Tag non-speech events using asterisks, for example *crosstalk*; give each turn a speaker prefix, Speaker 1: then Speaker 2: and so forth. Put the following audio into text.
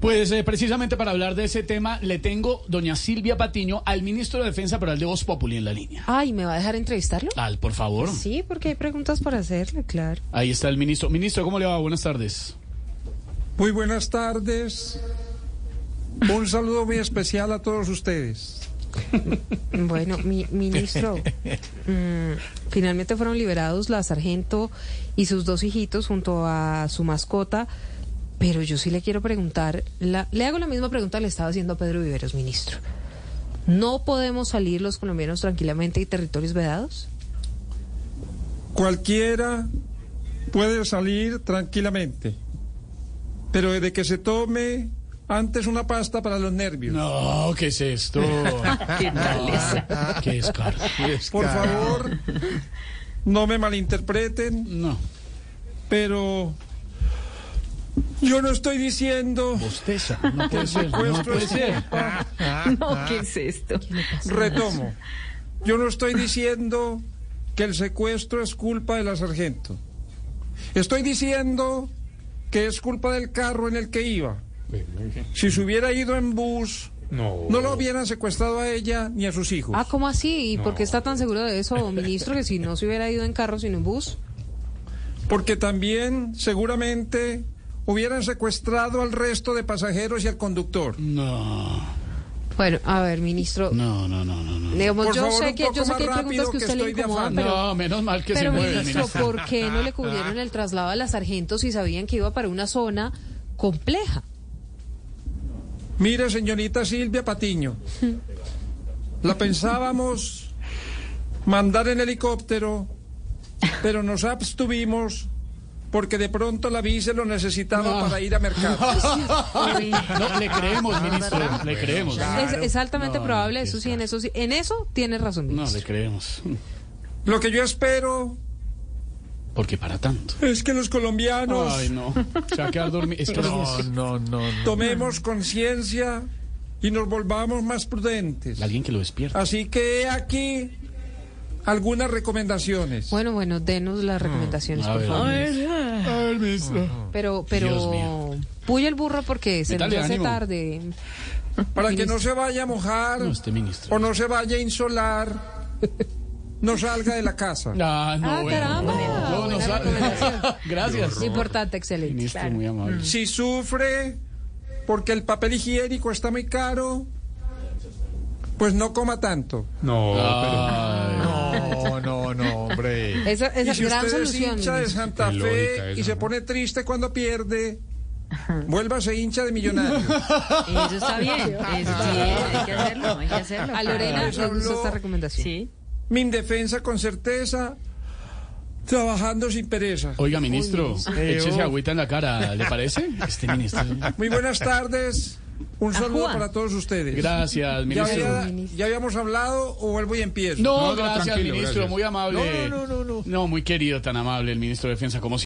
Speaker 1: Pues eh, precisamente para hablar de ese tema, le tengo doña Silvia Patiño al ministro de Defensa, pero al de Voz Populi en la línea.
Speaker 2: Ay, ¿me va a dejar entrevistarlo?
Speaker 1: Al, por favor.
Speaker 2: Sí, porque hay preguntas para hacerle, claro.
Speaker 1: Ahí está el ministro. Ministro, ¿cómo le va? Buenas tardes.
Speaker 3: Muy buenas tardes. Un saludo muy especial a todos ustedes.
Speaker 2: Bueno, mi ministro, mm, finalmente fueron liberados la sargento y sus dos hijitos junto a su mascota, pero yo sí le quiero preguntar, la- le hago la misma pregunta que le estaba haciendo a Pedro Viveros, ministro. ¿No podemos salir los colombianos tranquilamente y territorios vedados?
Speaker 3: Cualquiera puede salir tranquilamente, pero desde que se tome antes una pasta para los nervios.
Speaker 1: No, ¿qué es esto?
Speaker 2: *laughs* Qué
Speaker 1: Ah, Qué escaro.
Speaker 3: Por favor, no me malinterpreten,
Speaker 1: No,
Speaker 3: pero yo no estoy diciendo
Speaker 1: bosteza. No puede ser. No
Speaker 3: secuestro
Speaker 1: puede
Speaker 3: es
Speaker 1: ser.
Speaker 3: culpa.
Speaker 4: No, ¿qué es esto?
Speaker 3: Ah, Retomo. Yo no estoy diciendo que el secuestro es culpa de la sargento. Estoy diciendo que es culpa del carro en el que iba. Si se hubiera ido en bus, no, lo hubieran secuestrado a ella ni a sus hijos.
Speaker 2: Ah, ¿cómo así? ¿Y por qué está tan seguro de eso, ministro, que si no se hubiera ido en carro, sino en bus?
Speaker 3: Porque también seguramente hubieran secuestrado al resto de pasajeros y al conductor.
Speaker 1: No,
Speaker 2: Bueno, a ver, ministro,
Speaker 1: no, no, no, no. no.
Speaker 2: Digamos,
Speaker 3: Por
Speaker 2: yo
Speaker 3: favor,
Speaker 2: sé
Speaker 3: un
Speaker 2: que, yo sé
Speaker 3: poco
Speaker 2: que hay
Speaker 3: más
Speaker 2: preguntas
Speaker 3: rápido,
Speaker 2: que a
Speaker 3: que
Speaker 2: usted le
Speaker 3: estoy de
Speaker 2: incomodan,
Speaker 3: afán.
Speaker 2: Ah, pero,
Speaker 1: No, menos mal que se
Speaker 2: pero
Speaker 1: mueve, Ah.
Speaker 2: ministro,
Speaker 1: ministro.
Speaker 2: ¿por qué no le cubrieron el traslado a la sargento si sabían que iba para una zona compleja?
Speaker 3: Mire, señorita Silvia Patiño, la pensábamos mandar en helicóptero, pero nos abstuvimos porque de pronto la vice lo necesitaba para ir a mercado.
Speaker 1: No, le
Speaker 2: Ah,
Speaker 1: creemos, ministro. Le creemos.
Speaker 2: es, es altamente
Speaker 1: No,
Speaker 2: probable,
Speaker 1: no,
Speaker 2: eso
Speaker 1: qué
Speaker 2: sí, en eso sí, en eso tiene razón,
Speaker 1: No, le
Speaker 2: ministro.
Speaker 1: creemos.
Speaker 3: Lo que yo espero
Speaker 1: ¿Por qué para tanto?
Speaker 3: es que los colombianos
Speaker 1: Ay, no. Se va a quedar dormido. Es que
Speaker 5: No, no, no. no.
Speaker 3: tomemos conciencia y nos volvamos más prudentes.
Speaker 1: Alguien que lo despierta.
Speaker 3: Así que he aquí algunas recomendaciones.
Speaker 2: Bueno, bueno, denos las recomendaciones,
Speaker 1: Mm, A
Speaker 2: por
Speaker 1: ver,
Speaker 2: favor.
Speaker 1: a ver, ministro.
Speaker 2: Pero,
Speaker 1: Dios
Speaker 2: pero,
Speaker 1: mío.
Speaker 2: puya el burro porque se nos
Speaker 1: Métale
Speaker 2: hace
Speaker 1: ánimo.
Speaker 2: tarde.
Speaker 3: Para que no se vaya a mojar
Speaker 1: No, este ministro.
Speaker 3: o no se vaya a insolar, no salga de la casa.
Speaker 1: Ah, no,
Speaker 2: Ah,
Speaker 1: bueno.
Speaker 2: caramba.
Speaker 1: No, no
Speaker 2: Buena
Speaker 1: sabe.
Speaker 2: recomendación.
Speaker 1: *laughs* Gracias.
Speaker 2: Importante, excelente.
Speaker 1: Ministro, muy amable.
Speaker 3: Si sufre porque el papel higiénico está muy caro, pues no coma tanto.
Speaker 1: Ay,
Speaker 5: No, no, no, hombre.
Speaker 2: Esa, esa
Speaker 3: y si
Speaker 2: gran
Speaker 3: usted
Speaker 2: solución.
Speaker 3: es hincha de
Speaker 2: ministro.
Speaker 3: Santa
Speaker 5: Qué lógica
Speaker 3: Fe
Speaker 5: esa,
Speaker 3: y se
Speaker 5: ¿no?
Speaker 3: pone triste cuando pierde, vuélvase hincha de millonario.
Speaker 5: *laughs*
Speaker 4: Eso está bien, eso está
Speaker 3: *laughs*
Speaker 4: bien, hay que hacerlo, hay que hacerlo.
Speaker 2: A Lorena
Speaker 3: Eso
Speaker 2: le gusta
Speaker 3: habló-
Speaker 2: esta recomendación.
Speaker 4: Sí.
Speaker 3: Mi indefensa con certeza, trabajando sin pereza.
Speaker 1: Oiga, ministro, échese agüita en la cara, ¿le parece? Este ministro.
Speaker 3: Muy buenas tardes. Un saludo
Speaker 4: Juan.
Speaker 3: para todos ustedes.
Speaker 1: Gracias,
Speaker 3: Ya,
Speaker 1: ministro.
Speaker 3: había- ya habíamos hablado o vuelvo y empiezo.
Speaker 1: No,
Speaker 5: no,
Speaker 1: gracias,
Speaker 5: tranquilo,
Speaker 1: ministro,
Speaker 5: gracias.
Speaker 1: muy amable.
Speaker 5: No, no, no, no, no.
Speaker 1: muy querido, tan amable el ministro de Defensa como siempre.